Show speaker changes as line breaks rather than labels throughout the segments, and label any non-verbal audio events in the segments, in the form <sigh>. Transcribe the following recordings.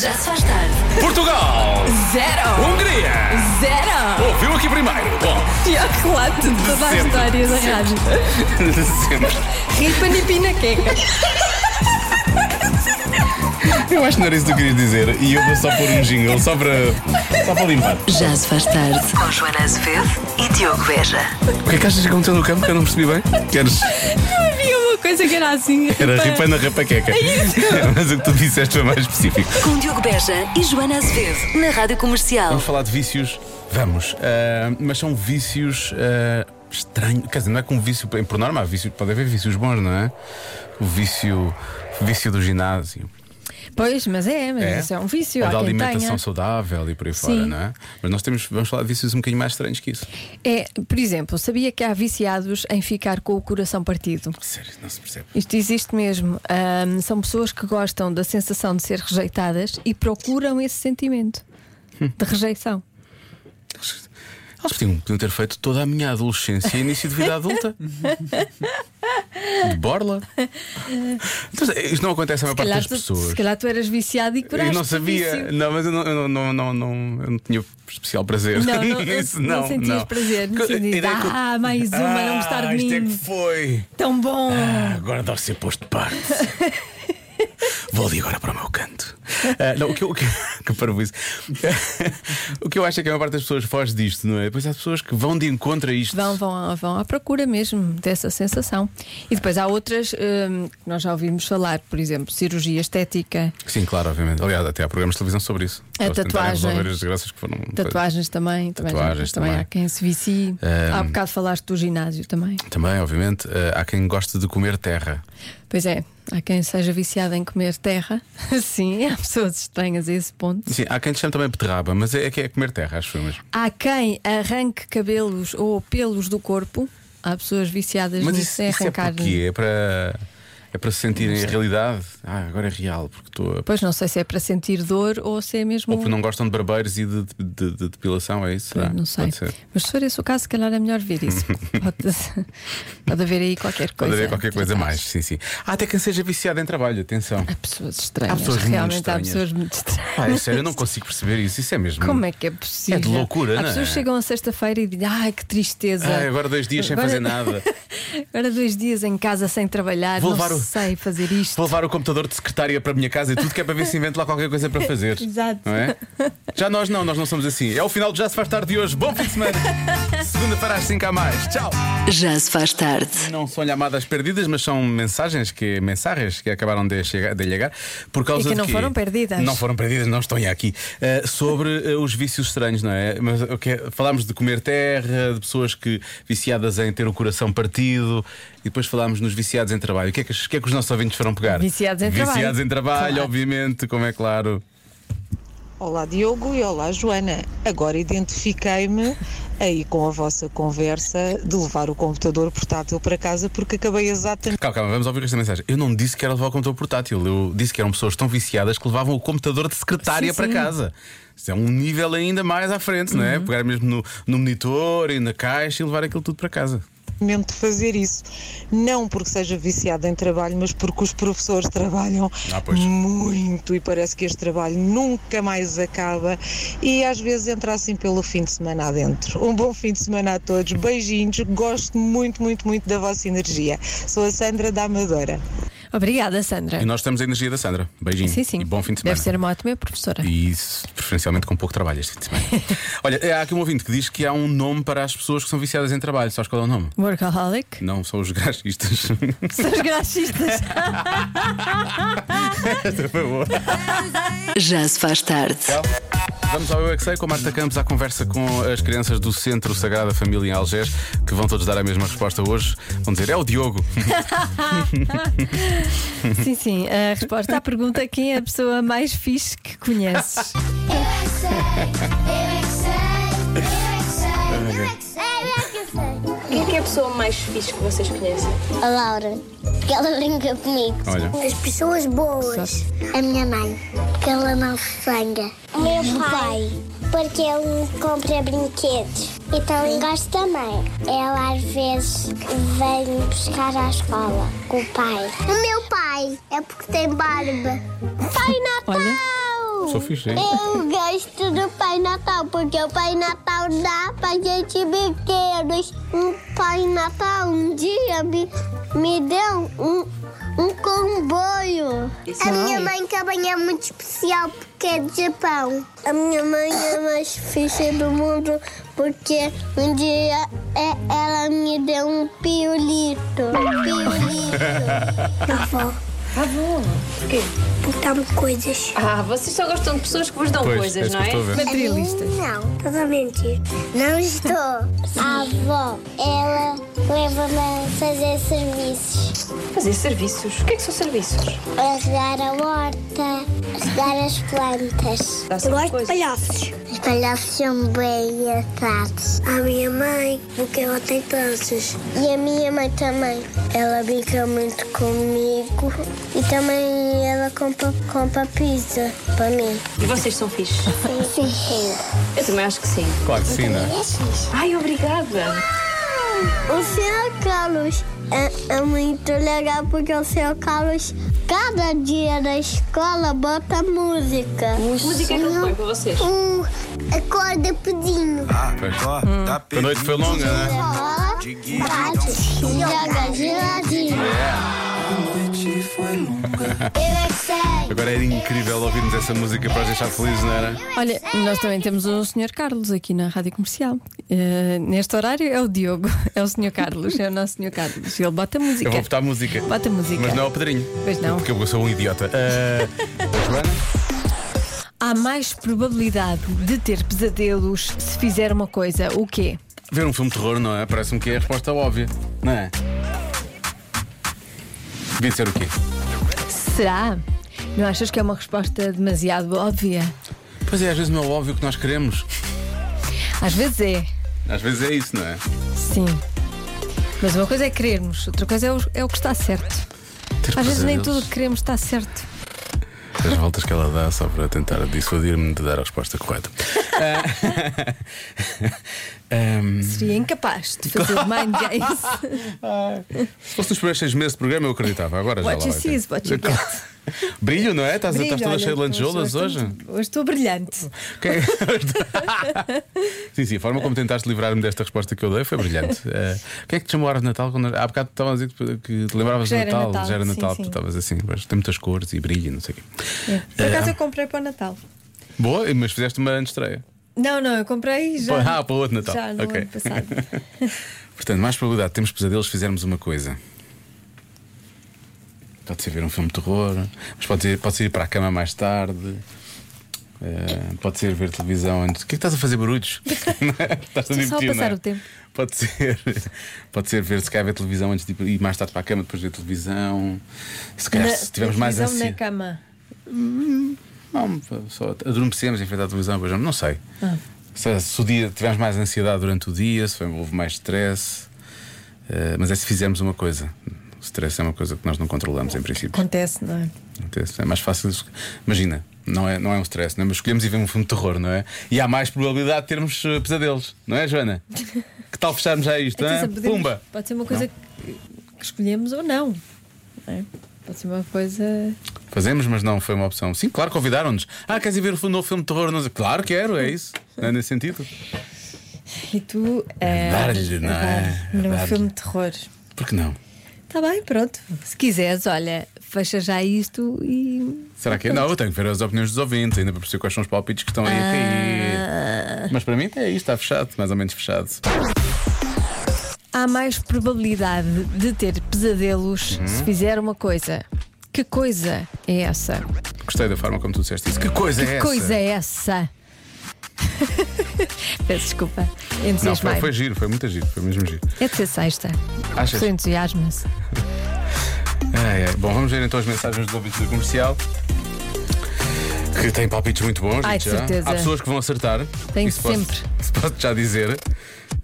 Já se faz tarde.
Portugal!
Zero!
Hungria!
Zero!
Ouviu aqui primeiro! Bom, <laughs>
Pior relato de toda a
Sempre,
história da rádio.
sempre.
Ripa Nipina Queca.
Eu acho que não era isso que eu queria dizer e eu vou só pôr um jingle só para, só para limpar.
Já se faz tarde.
Com Joana Azevedo e Diogo Veja.
O que é que achas que aconteceu no campo que eu não percebi bem? Queres?
Não havia uma coisa que era assim.
Era ripa na rapaqueca. <laughs> Mas o que tu disseste foi mais específico.
Com Diogo Beja e Joana Azevedo na Rádio Comercial.
Vamos falar de vícios? Vamos. Ah, mas são vícios ah, estranhos. Quer dizer, não é como vício. Por norma, há vício, pode haver vícios bons, não é? O vício, o vício do ginásio.
Pois, mas é, mas isso é um vício.
Ou da
há quem
alimentação
tenha.
saudável e por aí fora,
Sim.
não é? Mas nós temos, vamos falar de vícios um bocadinho mais estranhos que isso.
É, por exemplo, sabia que há viciados em ficar com o coração partido.
Sério, não se percebe.
Isto existe mesmo. Ahm, são pessoas que gostam da sensação de ser rejeitadas e procuram esse sentimento
Hum.
de rejeição.
Elas podiam, podiam ter feito toda a minha adolescência e início de vida adulta. de borla. Então, isto não acontece à maior parte das
tu,
pessoas.
se calhar tu eras viciado e curaste.
Eu não <laughs> sabia, não, mas eu não, eu não, não, não, não, eu não tinha especial prazer. <laughs>
Não, não,
Isso,
não
não,
sentias
não.
prazer, não
Co-
sentias,
ideia é que eu-
"Ah, mais uma, não gostar de
Isto é
mim."
que foi.
Tão bom!
Ah, agora dá ser posto de
<laughs>
parte. Vou ali agora para o meu canto. Ah, não, o que <laughs> eu. o Que, que parvoíce. o que eu acho é que a maior parte das pessoas foge disto, não é? Depois há pessoas que vão de encontro a isto.
Vão, vão, vão à procura mesmo dessa sensação. E depois há outras ahm, que nós já ouvimos falar, por exemplo, cirurgia estética,
Sim, claro, obviamente. Aliás, até há programas de televisão sobre isso.
A
Eles tentarem
tatuagem.
resolver as desgraças que foram.
Tatuagens também, também,
Tatuagens
também.
também. Hum.
há quem se vicie. Há bocado falaste do ginásio também.
Também, obviamente, ah, há quem goste de comer terra.
Pois é, há quem seja viciado em comer terra. <laughs> Sim, há pessoas estranhas a esse ponto.
Sim, há quem lhe chame também beterraba, mas é, é que é comer terra, acho eu. Mas,
Há quem arranque cabelos ou pelos do corpo. Há pessoas viciadas
mas
nisso
isso,
em
isso é
arrancar. um-
para quê? É para, é para se sentirem a realidade. Ah, agora é real, porque estou a
Pois não sei se é para sentir dor ou se é mesmo.
Ou porque não gostam de barbeiros e de, de- de- de depilação, é isso? Será?
Não sei.
Pode ser.
Mas se for esse o caso, se calhar é melhor ver
<laughs>
isso. Pode, pode haver aí qualquer
Pode
coisa.
haver qualquer coisa
Atrás.
mais, sim, sim. Há até quem seja viciado em trabalho,
<laughs>
atenção.
Há pessoas estranhas.
Há pessoas muito
Realmente
estranhas.
há pessoas muito estranhas.
Ah, é sério, eu não consigo perceber isso. Isso é mesmo.
Como é que é possível?
É de loucura,
Há
não é?
pessoas que chegam à sexta-feira e dizem, ai que tristeza.
Ah, agora dois dias sem fazer nada.
<laughs> Agora dois dias em casa sem trabalhar,
Vou
não
levar o-
sei fazer isto.
Vou levar o computador de secretária para a minha casa e tudo que é para ver se invento lá qualquer coisa para fazer.
<laughs> Exato.
Não é? Já nós não, nós não somos assim. É o final de Já Se Faz Tarde de hoje. Bom fim de
<laughs>
semana. Segunda-feira às 5 a mais. Tchau.
Já se faz tarde.
Não são chamadas perdidas, mas são mensagens que mensagens que acabaram de chegar, de llegar por causa
E que
de
não
quê?
foram perdidas.
Não foram perdidas, não estão já aqui. Uh, sobre uh, os vícios estranhos, não é? Mas o que é- falámos de comer terra, de pessoas que viciadas em ter o coração partido, e depois falámos nos viciados em trabalho. O que é que, os- o que é que os nossos ouvintes foram pegar?
Viciados em trabalho.
Viciados em trabalho,
Claro.
obviamente, como é claro.
Olá Diogo e olá Joana. Agora identifiquei-me aí com a vossa conversa de levar o computador portátil para casa porque acabei exatamente
Calma, calma, vamos ouvir esta mensagem. Eu não disse que era levar o computador portátil, eu disse que eram pessoas tão viciadas que levavam o computador de secretária
Sim,
para
sim. Uhum.
casa. Isso é um nível ainda mais à frente, não é? Pegar mesmo no, no monitor e na caixa e levar aquilo tudo para casa.
de fazer isso. Não porque seja viciada em trabalho, mas porque os professores trabalham
Ah, pois.
muito e parece que este trabalho nunca mais acaba e às vezes entra assim pelo fim de semana adentro. Um bom fim de semana a todos, beijinhos, gosto muito, muito, muito da vossa energia. Sou a Sandra da Amadora.
Obrigada,
E
Sandra.
nós estamos a energia da Sandra. Beijinho.
Sim, sim.
E bom fim de semana.
Deve ser uma ótima professora.
E isso, preferencialmente com pouco trabalho este fim de
<laughs>
semana. Olha, há aqui um ouvinte que diz que há um nome para as pessoas que são viciadas em trabalho. Sabes qual é o nome? <laughs>
Workaholic.
Não, são os gastistas.
São os graxistas.
Esta foi boa.
Já se faz tarde.
Vamos ao Eu é Que Sei, com a Marta Campos à conversa com as crianças do Centro Sagrada Família em Algés, que vão todos dar a mesma resposta hoje. Vão dizer, é o Diogo.
sim, sim. A resposta à pergunta: quem é a pessoa mais fixe que conheces?
A
Quem é que é a pessoa mais fixe que vocês conhecem?
Laura, porque ela brinca comigo.
Olha.
As pessoas boas. A minha mãe, porque ela não se zanga. O meu pai, porque ele compra brinquedos. Então gosto também. Ela às vezes vem buscar à escola com o pai. O meu pai é porque tem barba. Pai
Olha.
Natal! Eu,
<laughs> Sou fixe, hein?
eu gosto do Pai Natal, porque o Pai Natal dá pra gente brinquedos. Um Pai Natal um dia me, me deu um, um comboio. A minha mãe também é muito especial porque é de Japão. A minha mãe é a mais fixe do mundo porque um dia é- ela me deu um piolito. Piolito. Avó, botar-me coisas.
Ah, vocês só gostam de pessoas que vos dão
Pois, é
coisas,
isso
não
que eu
é?
estou a ver.
Materialistas.
Não, estás a mentir. Não <laughs> estou. A avó, ela leva-me a fazer serviços.
Fazer serviços. O que é que são serviços?
A regar a horta, a regar as plantas.
Dá-se coisas.
palhaços. Os palhaços são bem atados. A minha mãe, porque ela tem tranças. E a minha mãe também. Ela brinca muito comigo. E também ela compra, compra pizza para mim.
E vocês são fixes?
Sim. Sim.
Eu também acho que sim.
Claro que sim, não é?
Ai, obrigada.
O seu Carlos é, é muito legal porque o seu Carlos, cada dia na escola, bota música.
Música que eu ponho para vocês.
Um acorda pedinho.
A noite foi longa, não é?
Rola, bate, joga geladinho. Eu é que sei.
Agora era incrível ouvirmos essa música para os deixar felizes, não é? era?
Olha, nós também temos o Sr. Carlos aqui na Rádio Comercial. Eh, neste horário é o Diogo, <laughs> é o Sr. Carlos, é o nosso Sr. Carlos. Ele bota música.
Eu vou botar música.
Bota música.
Mas não é o Pedrinho.
Pois não.
Porque eu sou um idiota. Ah, Joana?
Há mais probabilidade de ter pesadelos se fizer uma coisa. O quê?
Ver um filme de terror, não é? Parece-me que é a resposta óbvia, não é? Devia ser o quê?
Será? Não achas que é uma resposta demasiado óbvia?
Pois é, às vezes não é o óbvio que nós queremos.
Às vezes é,
Às vezes é isso, não é?
sim. Mas uma coisa é querermos, outra coisa é o, é o que está certo.
Ter
Às vezes nem tudo
pesadelos.
que queremos está certo.
As voltas que ela dá só para tentar dissuadir-me de dar a resposta correta. Ah, <laughs> ahm,
Seria incapaz de fazer
<laughs>
mind games.
se fosse nos primeiros seis meses de programa, eu acreditava. Agora já
What
lá.
you
vai
see
ter.
is what you get.
Brilho, não é? Estás,
Brilho,
estás toda
olha,
cheia de lantejoulas
estou-
hoje? Hum.
Hoje estou brilhante.
Quem- é sim, sim, a forma como tentaste livrar-me desta resposta que eu dei foi brilhante. Eh, Quem é que te chamou a árvore de Natal? Quando... Há bocado estavam a dizer que que te lembravas
Já
de
era
Natal,
Natal,
já era
sim,
Natal,
sim.
tu estavas assim, mas tem muitas cores e brilho e não sei o quê.
Por
É.
acaso eu comprei para o Natal.
Boa, mas fizeste uma estreia.
Não, não, eu comprei já.
Ah, para o outro Natal.
Já no
Ok.
ano passado.
<laughs> Portanto, mais probabilidade de termos pesadelos se fizermos uma coisa. Pode ser ver um filme de terror, mas pode ser, pode ser ir para a cama mais tarde. eh, pode ser ver televisão antes. O que é que estás a fazer
<laughs>
barulhos? <laughs> estás a
Estou só
divertir,
a
não é?
passar o tempo.
Pode ser, <laughs> pode ser ver se calhar ver televisão antes de ir- ir mais tarde para a cama, depois ver televisão. Se calhar
Na-
se tivermos mais
televisão né? na
ansiedade.
cama.
Não, só adormecemos em frente à televisão, por exemplo, não sei. Se, se o dia tivermos mais ansiedade durante o dia, se foi- houve mais stress. eh, mas é se fizermos uma coisa. O stress é uma coisa que nós não controlamos, em princípio.
Acontece, não é?
Acontece. É mais fácil. isso- Imagina, não é, não é um stress, não é? mas escolhemos e vemos um filme de terror, não é? E há mais probabilidade de termos eh, pesadelos, não é, Joana? Que tal fecharmos já isto, não é?
Atenção, Então, podemos-
Pumba!
Pode ser uma coisa que, que escolhemos ou não. não é? Pode ser uma coisa.
Fazemos, mas não foi uma opção. Sim, claro, convidaram-nos. Ah, queres ir ver o novo filme de terror? Nós- Claro, quero, é isso. Não é nesse sentido?
E tu. É,
Dar-lhe, não é?
Num
Dar-lhe.
um filme de terror.
Porque não?
Está bem, pronto. Se quiseres, olha, fecha já isto e.
Será que é? Não, eu tenho que ver as opiniões dos ouvintes, ainda para perceber quais são os palpites que estão aí
Ah.
a cair. Mas para mim é isto, está fechado, mais ou menos fechado.
Há mais probabilidade de ter pesadelos
Uhum.
se fizer uma coisa. Que coisa é essa?
Gostei da forma como tu disseste isso. Que coisa é essa?
coisa é essa? <laughs> Peço desculpa.
Não, foi,
Entusiasmei.
foi giro, foi muito giro, foi mesmo giro.
É de ser sexta.
Achas?
Sou entusiasma-se.
Ai, ai. Bom, vamos ver então as mensagens dos ouvintes do comercial. Que têm palpites muito bons,
Ai,
digo
de
já.
certeza.
Há pessoas que vão acertar.
Tem
isso posso-
sempre.
<laughs> isso Posso, já dizer.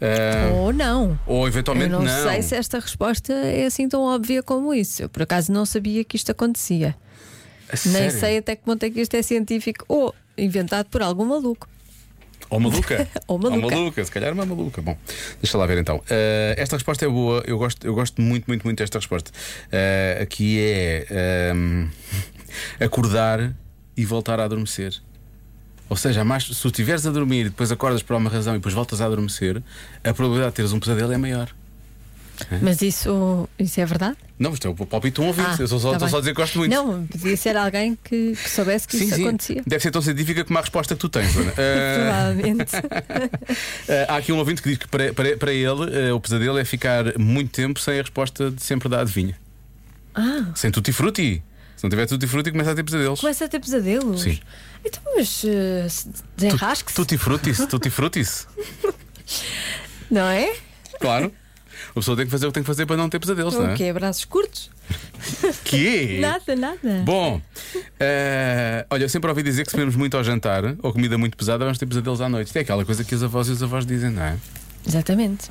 Ah,
Ou não.
Ou
Eu
eventualmente
não,
não.
sei se esta resposta é assim tão óbvia como isso. Eu, por acaso, não sabia que isto acontecia.
A
Nem
sério?
sei até que ponto é que isto é científico ou inventado por algum maluco.
Ou maluca?
<laughs> Ou maluca.
se calhar uma maluca. Bom, deixa lá ver então. Uh, esta resposta é boa, eu gosto, eu gosto muito, muito, Eh, muito desta resposta. Uh, aqui é um, ehm, <laughs> acordar e voltar a adormecer. Ou seja, há mais, se tu estiveres a dormir e depois acordas por alguma razão e depois voltas a adormecer, a probabilidade de teres um pesadelo é maior. Hum.
Mas isso, isso é verdade?
Não, isto é o palpite de um ouvinte.
Ah,
eu sou só,
tá
estou
bem.
só a dizer que gosto muito.
Não, podia ser alguém que, que soubesse que
sim,
isso
sim. Eh,
acontecia.
<laughs>
É
Deve ser tão científica como a resposta que tu tens,
<laughs>
Ana. <laughs>
Provavelmente.
Ah, há aqui um ouvinte que diz que para, para, para ele ah, o pesadelo é ficar muito tempo sem a resposta de sempre da adivinha. Sem tutti frutti. Se não tiver tutti frutti, começa a ter pesadelos.
Ah. Começa a ter pesadelos.
Sim.
Então, mas eh, se-
Tu-
desenrasque-se,
Tutti frutti, tutti frutti.
<laughs> não é?
Claro. A pessoa tem que fazer o que tem que fazer para não ter pesadelos, não
O
é?
quê? Braços curtos?
Quê?
Nada, nada.
Bom, eh, olha, eu sempre ouvi dizer que se comermos muito ao jantar ou comida muito pesada, vamos ter pesadelos à noite. Isto é aquela coisa que os avós e os avós dizem, não é?
Exatamente.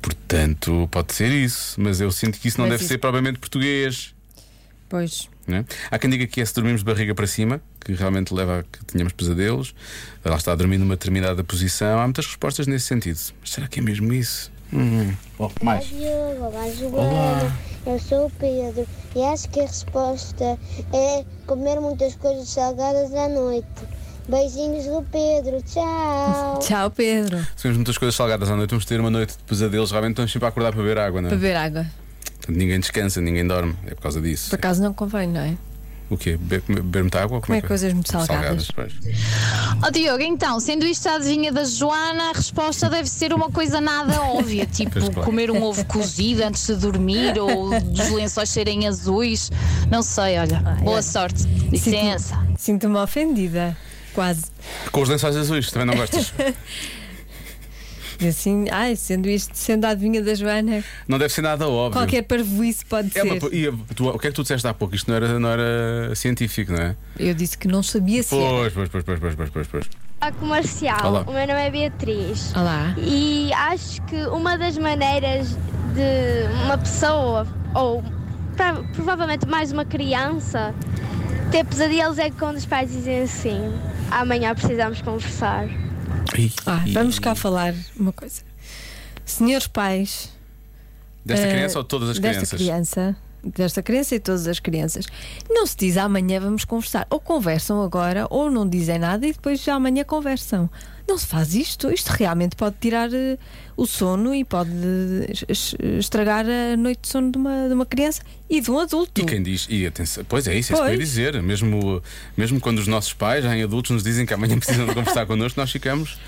Portanto, pode ser isso, mas eu sinto que isso não
Mas
deve
isso-
ser propriamente português.
Pois.
né? Há quem diga que é se dormirmos de barriga para cima, que realmente leva a que tenhamos pesadelos. Ela está a dormir numa determinada posição. Há muitas respostas nesse sentido. Mas será que é mesmo isso? Hum. Bom, mais.
Diogo, olá Joana, eu sou o Pedro e acho que a resposta é comer muitas coisas salgadas à noite. Beijinhos do
<laughs>
Pedro, tchau!
Tchau, Pedro.
Se temos muitas coisas salgadas à noite, vamos ter uma noite de pesadelos. Realmente estamos sempre a acordar para beber água, não é?
Beber água.
Portanto, ninguém descansa, ninguém dorme. É por causa disso.
Por acaso não convém, não é?
O quê? Beber, comer- beber muita água? é ou
Comer coisas muito salgadas.
pois.
Ó Diogo, então, sendo isto a adivinha da Joana, a resposta deve ser uma
<laughs>
coisa nada óbvia, tipo
Pois, claro.
comer um ovo cozido antes de dormir ou dos lençóis serem azuis. Não sei, olha. Boa sorte. Licença.
Sinto- Sinto-me ofendida. Quase.
Com os lençóis azuis, também não
<laughs>
gostas?
E assim, ai, sendo isto, sendo a adivinha da Joana,
não deve ser nada óbvio.
qualquer parvoíce pode
É
ser.
uma, po- e a- tu- o que é que tu disseste há pouco? Isto não era, não era científico, não é?
Eu disse que não sabia se era.
Pois, pois, pois, pois, pois, pois, pois, pois.
Olá, comercial.
Olá.
O meu nome é Beatriz.
Olá.
E acho que uma das maneiras de uma pessoa, ou pra- provavelmente mais uma criança, ter pesadelos é quando os pais dizem assim: amanhã precisamos conversar.
Ih,
Ah,
ih.
vamos cá falar uma coisa. Senhores pais,
Desta
eh,
criança ou de todas as
desta
crianças?
Criança, desta criança e todas as crianças. Não se diz amanhã vamos conversar. Ou conversam agora, ou não dizem nada e depois já amanhã conversam. Não se faz isto. Isto realmente pode tirar eh, o sono e pode eh, es- estragar a noite de sono de uma, de uma criança e de um adulto.
E quem diz, e atenção, pois é isso, é isso que eu ia
Pois.
dizer. Mesmo, mesmo quando os nossos pais, já em adultos, nos dizem que amanhã precisam de conversar connosco, nós ficamos.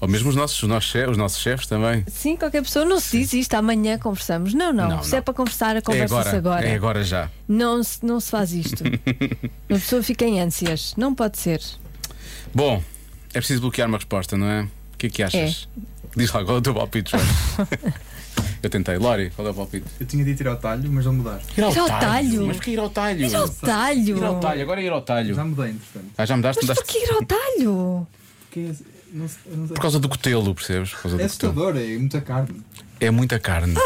Ou mesmo os nossos, os nossos, chefes, os nossos chefes também.
Sim, qualquer pessoa não se diz isto amanhã conversamos. Não, não.
Não,
se
não.
é para conversar,
é
conversa-se
agora,
agora.
É agora já.
Não se, não se faz <laughs> isto. Uma pessoa fica em ânsias. Não pode ser.
Bom, é preciso bloquear uma resposta, não é? O que é que achas? Diz lá qual é o teu palpite,
<laughs>
João. Eu tentei. Lori, qual é o palpite?
Eu tinha de ir ao talho, mas vou mudar.
Ir
ao talho?
Mas que ir ao talho?
Ir ao talho.
Ir ao talho, agora é ir ao
Já
talho.
mudei, entretanto.
Ah, já me daste,
Mas
me daste
porquê ir ao talho?
Porque é- não, sei- eu não sei.
por causa do cotelo, percebes? Por causa do
É
cotelo.
assustador, é muita carne.
É muita carne. <laughs>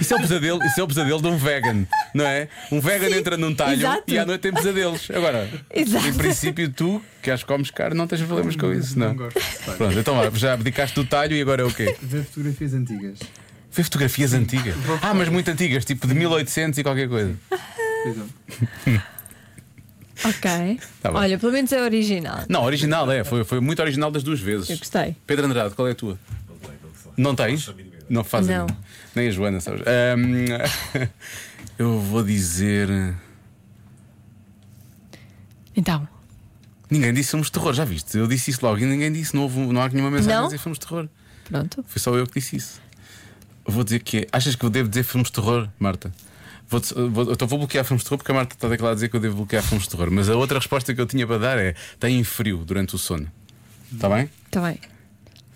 Isso é, o pesadelo, isso é o pesadelo de um vegan, não é? Um vegan entra num talho
exato.
e à noite tem pesadelos. Agora,
Exato.
em princípio, tu que acho que comes carne, não tens problemas com isso, não?
Não gosto
<laughs>
de talho.
Pronto, então vá, já abdicaste do talho e agora é o quê?
Ver fotografias antigas,
Vê fotografias antigas. Ah, mas muito antigas, tipo de 1800 e qualquer coisa.
por exemplo.
Ok.
Tá bem.
Olha, pelo menos é original.
Não, original é, foi, foi muito original das duas
Eu
vezes.
gostei.
Pedro Andrade, qual é a tua? Não tens? Não fazem.
Não.
Nem a Joana, sabes? Ahm, <laughs> eu vou dizer.
Então,
Ninguém disse filmes de terror, já viste? Eu disse isso logo e ninguém disse, não, houve, não há nenhuma mensagem
Não?
a dizer filmes de terror.
pronto.
Foi só eu que disse isso. Vou dizer que é. Achas que eu devo dizer filmes de terror, Marta? Vou, vou, então vou bloquear filmes de terror porque a Marta está daquela a dizer que eu devo bloquear filmes de terror. Mas a outra resposta que eu tinha para dar é: tem frio durante o sono. Está bem?
Está Tá bem.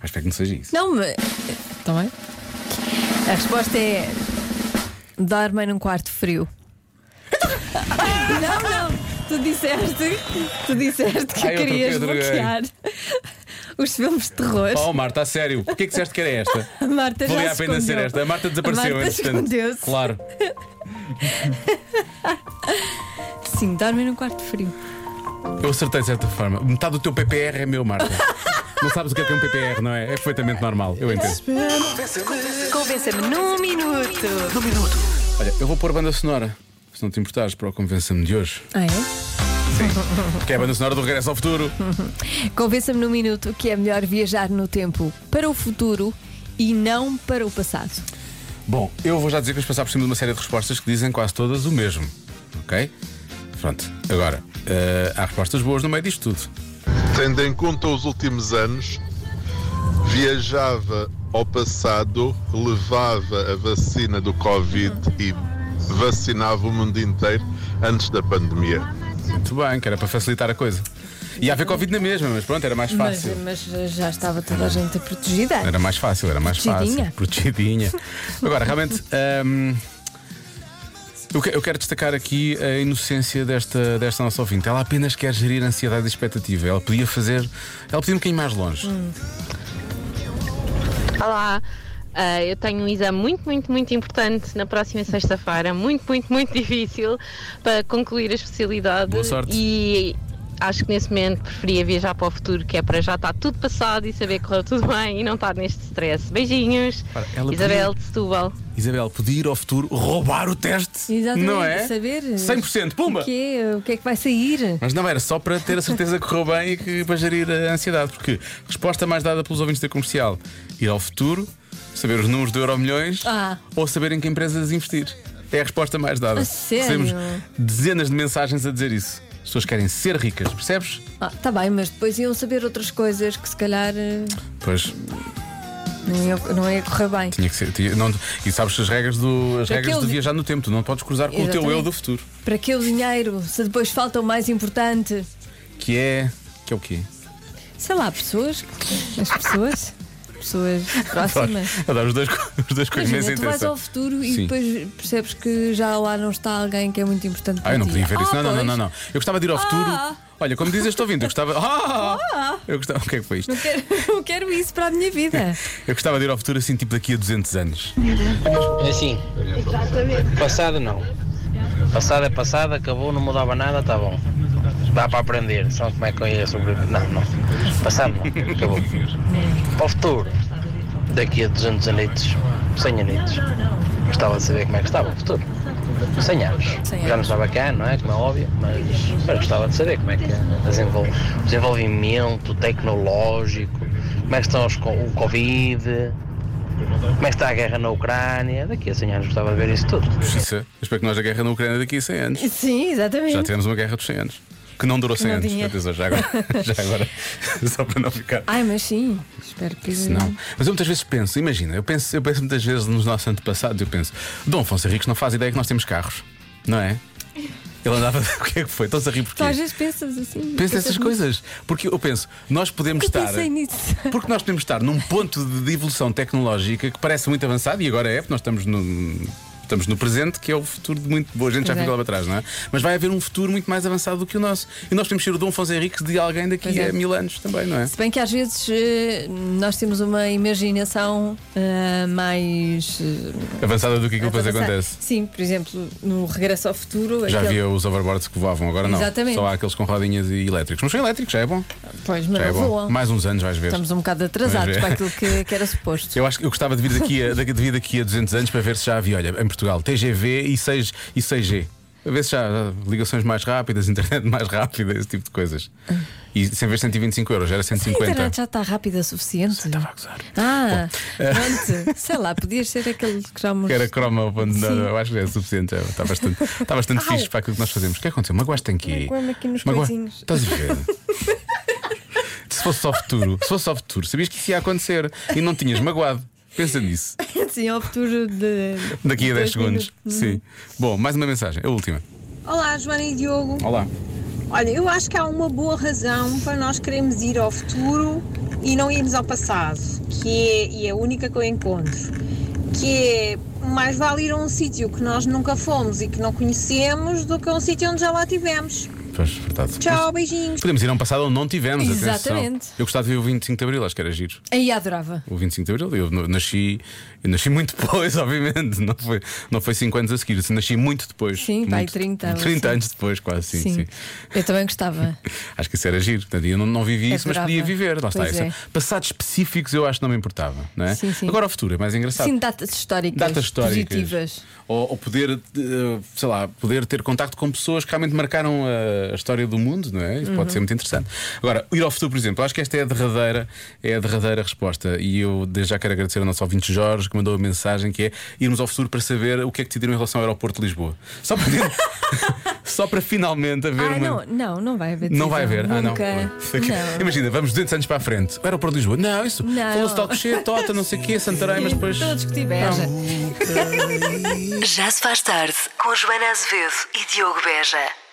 Mas espero que não seja isso.
Não, mas. Está bem. A resposta é. Dormem num quarto frio. não, não. Tu disseste, tu disseste que
Ah, eu troquei,
querias
eu troquei.
bloquear os filmes de terror.
Oh, Marta, a sério, porquê que disseste que era esta?
A Marta
Valia
<laughs> já
a
se
pena ser
escondeu.
esta. A Marta desapareceu,
Marta
entretanto.
escondeu-se.
Claro.
Sim, dormem num quarto frio.
Eu acertei de certa forma. Metade do teu PPR é meu,
<laughs>
Marta. não sabes o que é que é um PPR, não é? É perfeitamente normal. Eu entendo.
Convença-me num minuto.
Olha, eu vou pôr banda sonora, se não te importares, para o Convença-me de hoje.
Ah, é?
Que é a banda sonora do Regresso ao Futuro.
Convença-me num minuto que é melhor viajar no tempo para o futuro e não para o passado.
Bom, eu vou já dizer que vamos passar por cima de uma série de respostas que dizem quase todas o mesmo. Ok? Pronto, agora, eh, há respostas boas no meio disto tudo.
Tendo em conta os últimos anos, viajava ao passado, levava a vacina do Covid e vacinava o mundo inteiro antes da pandemia.
Muito bem, que era para facilitar a coisa. E havia Covid na mesma, mas pronto, era mais
Mas,
fácil.
mas já estava toda a gente protegida.
Era mais fácil, era mais
Protegidinha.
<laughs> fácil. Protegidinha. Agora, realmente, hum, eu, que- eu quero destacar aqui a inocência desta, desta nossa ouvinte. Ela apenas quer gerir a ansiedade e expectativa. Ela podia fazer. Ela podia ir um bocadinho mais longe.
Hum. Olá, ah, eu tenho um exame muito, muito, muito importante na próxima sexta-feira, muito, muito, muito difícil para concluir a especialidade.
Boa sorte.
E acho que nesse momento preferia viajar para o futuro, que é para já estar tudo passado e saber que correu tudo bem e não estar neste stress. Beijinhos,
Ora, ela
Isabel
podia-
de Setúbal.
Isabel, podia ir ao futuro roubar o teste.
Exatamente,
não é?
saber
eh,
100%, pumba!
O que, é, o que é que vai sair?
Mas não era só para ter a certeza que correu bem e que, para gerir a ansiedade, porque resposta mais dada pelos ouvintes da comercial: ir ao futuro, saber os números do Euro Milhões
Ah.
ou saber em que empresas investir. É a resposta mais dada.
A sério?
Recebemos dezenas de mensagens a dizer isso. As pessoas querem ser ricas, percebes?
Ah, tá bem, mas depois iam saber outras coisas que se calhar eh,
Pois,
não ia, não ia correr bem.
tinha que ser. tinha- não- e sabes as regras, do, as
Para
regras
que
de
eu-
viajar no tempo, tu não podes cruzar com o teu
Exatamente.
eu do futuro,
Para que o dinheiro? Se depois falta o mais importante.
que é. que é o quê?
Sei lá, pessoas. As pessoas. Pessoas próximas.
<laughs> Adoro os dois, os dois com imensa
Imagina, tu vais
intenção.
ao futuro e
Sim.
depois percebes que já lá não está alguém que é muito importante para
Ah, eu não
ti.
podia ver isso. não,
Ah,
não, não,
pois.
não,
Ah.
não. Eu gostava de ir ao futuro. Olha, como dizes, estou ouvindo. Eu gostava. Ah! Eu gostava. O que é que foi isto?
Não quero, <laughs> não quero isso para a
<laughs>
minha vida.
Eu gostava de ir ao futuro assim, tipo daqui a 200 anos.
Uhum.
Assim, passada não. Passada é passada, acabou, não mudava nada, tá bom. Dá para aprender, só como é que eu ia sobreviver. Não, não. Passado
<laughs>
não, acabou. Para o futuro, daqui a 200 anitos, 100 anitos, gostava de saber como é que estava o futuro. 100 anos. Já não estava cá, não é? Como é óbvio, mas, mas gostava de saber como é que é o desenvol- o desenvolvimento tecnológico, como é que estão os co- o Covid, como é que está a guerra na Ucrânia? É, Daqui a 100 anos gostava de ver isso tudo.
Justiça. é- Eu espero que nós a guerra na Ucrânia daqui a 100 anos.
Sim,
Já
exatamente.
tivemos uma guerra dos 100 anos. Que não durou
Que
100
não
anos.
tinha.
atenção, já
<laughs>
agora. Já agora. <laughs> Só para não ficar.
Ai, mas sim. Espero que.
Se não. Mas eu muitas vezes penso, imagina, eu penso, eu penso muitas vezes nos nossos antepassados, eu penso, Dom Afonso Henriques não faz ideia que nós temos carros, não é? Ele andava. <laughs> O que é que foi? Estão-se a rir
Tu
porquê?
às vezes pensas assim.
Penso nessas
nisso.
coisas. Porque eu penso, nós podemos
Nunca
estar.
pensei nisso. <laughs>
Porque nós podemos estar num ponto de evolução tecnológica que parece muito avançado e agora é, porque nós estamos no. Estamos no presente, que é o futuro de muito boa gente, já
Exato.
ficou lá para trás, não é? Mas vai haver um futuro muito mais avançado do que o nosso. E nós podemos ser o Dom Afonso Henriques de alguém daqui
Pois é.
a mil anos também, não é?
Se bem que às vezes eh, nós temos uma imaginação eh, mais. eh,
Avançada do que aquilo que depois
avançada.
acontece.
Sim, por exemplo, no Regresso ao Futuro.
Já
aquele-
havia os hoverboards que voavam, agora não.
Exatamente.
Só há aqueles com rodinhas e elétricos. Mas são elétricos, já é bom.
Pois, mas
já é
não
bom.
voam.
Mais uns anos vais ver.
Estamos um bocado
Vais
atrasados
ver.
para aquilo que, que era
<laughs>
suposto.
Eu acho que eu gostava de vir daqui a, daqui- de vir daqui a 200 anos para ver se já havia, olha, em Portugal, TGV e, 6, e 6G. A ver se já há ligações mais rápidas, internet mais rápida, esse tipo de coisas. E sem ver 125 euros, já era
A
150.
internet já está rápida o suficiente. Estava
a gozar.
Ah, pronto. sei lá, podias ser aquele que já
é. Que
mostrou.
era croma ao ponto de
Sim.
nada. Eu acho que é suficiente. já. Está bastante, está bastante
Au.
fixe para aquilo que nós fazemos. O que aconteceu? Magoaste em quê?
Magoa-me aqui nos
Magoa-
coisinhos.
Estás a ver? se fosse só futuro, se fosse só futuro, sabias que isso ia acontecer e não tinhas magoado. Pensa nisso.
Sim, ao futuro assim, de.
Daqui a 10
Dois
segundos. Sim. Bom, mais uma mensagem, a última.
Olá, Joana e Diogo.
Olá.
Olha, eu acho que há uma boa razão para nós queremos ir ao futuro e não irmos ao passado, que é, e é a única que eu encontro, que é mais vale ir a um sítio que nós nunca fomos e que não conhecemos do que a um sítio onde já lá tivemos.
Pois, verdade.
Tchau, beijinhos.
Podemos ir a um passado onde não tivemos,
Exatamente.
atenção. Eu gostava de ver o 25 de Abril, acho que era giro.
Aí adorava.
O 25 de Abril, eu n- nasci, eu nasci muito depois, <laughs> obviamente, não foi, não foi 5 anos a seguir, eu nasci muito depois.
Sim, vai
Muito-
30 ou
30
assim.
anos depois, quase, sim,
Sim.
sim.
Eu também
<laughs>
gostava.
Acho que isso era giro. Portanto, eu não, não vivi
É
isso, mas
brava.
podia viver. Lá está.
Pois
isso.
é.
Passados específicos eu acho que não me importava. Não é?
Sim, sim.
Agora o futuro é mais engraçado.
Sim, datas históricas.
Datas históricas.
Positivas.
Ou, ou poder, eh, sei lá, poder ter contacto com pessoas que realmente marcaram a, a história do mundo, não é? Isso
Uhum.
pode ser muito interessante. Agora, ir ao futuro, por exemplo, acho que esta é a derradeira, é a derradeira resposta. E eu desde já quero agradecer ao nosso ouvinte Jorge que mandou a mensagem que é irmos ao futuro para saber o que é que decidiram em relação ao aeroporto de Lisboa. Só para, <laughs> só para finalmente haver
Ah,
uma.
não, não, não vai
Não
haver. decisão.
vai haver. Ah, não.
Nunca. Não.
Imagina, vamos 200 anos para a frente. Era para Lisboa. Não, isso.
Não.
Falou-se de Alcochete, Tota, não sei o quê, Santarém, mas depois.
Todos que tiveram.
Já se faz tarde com Joana Azevedo e Diogo Beja.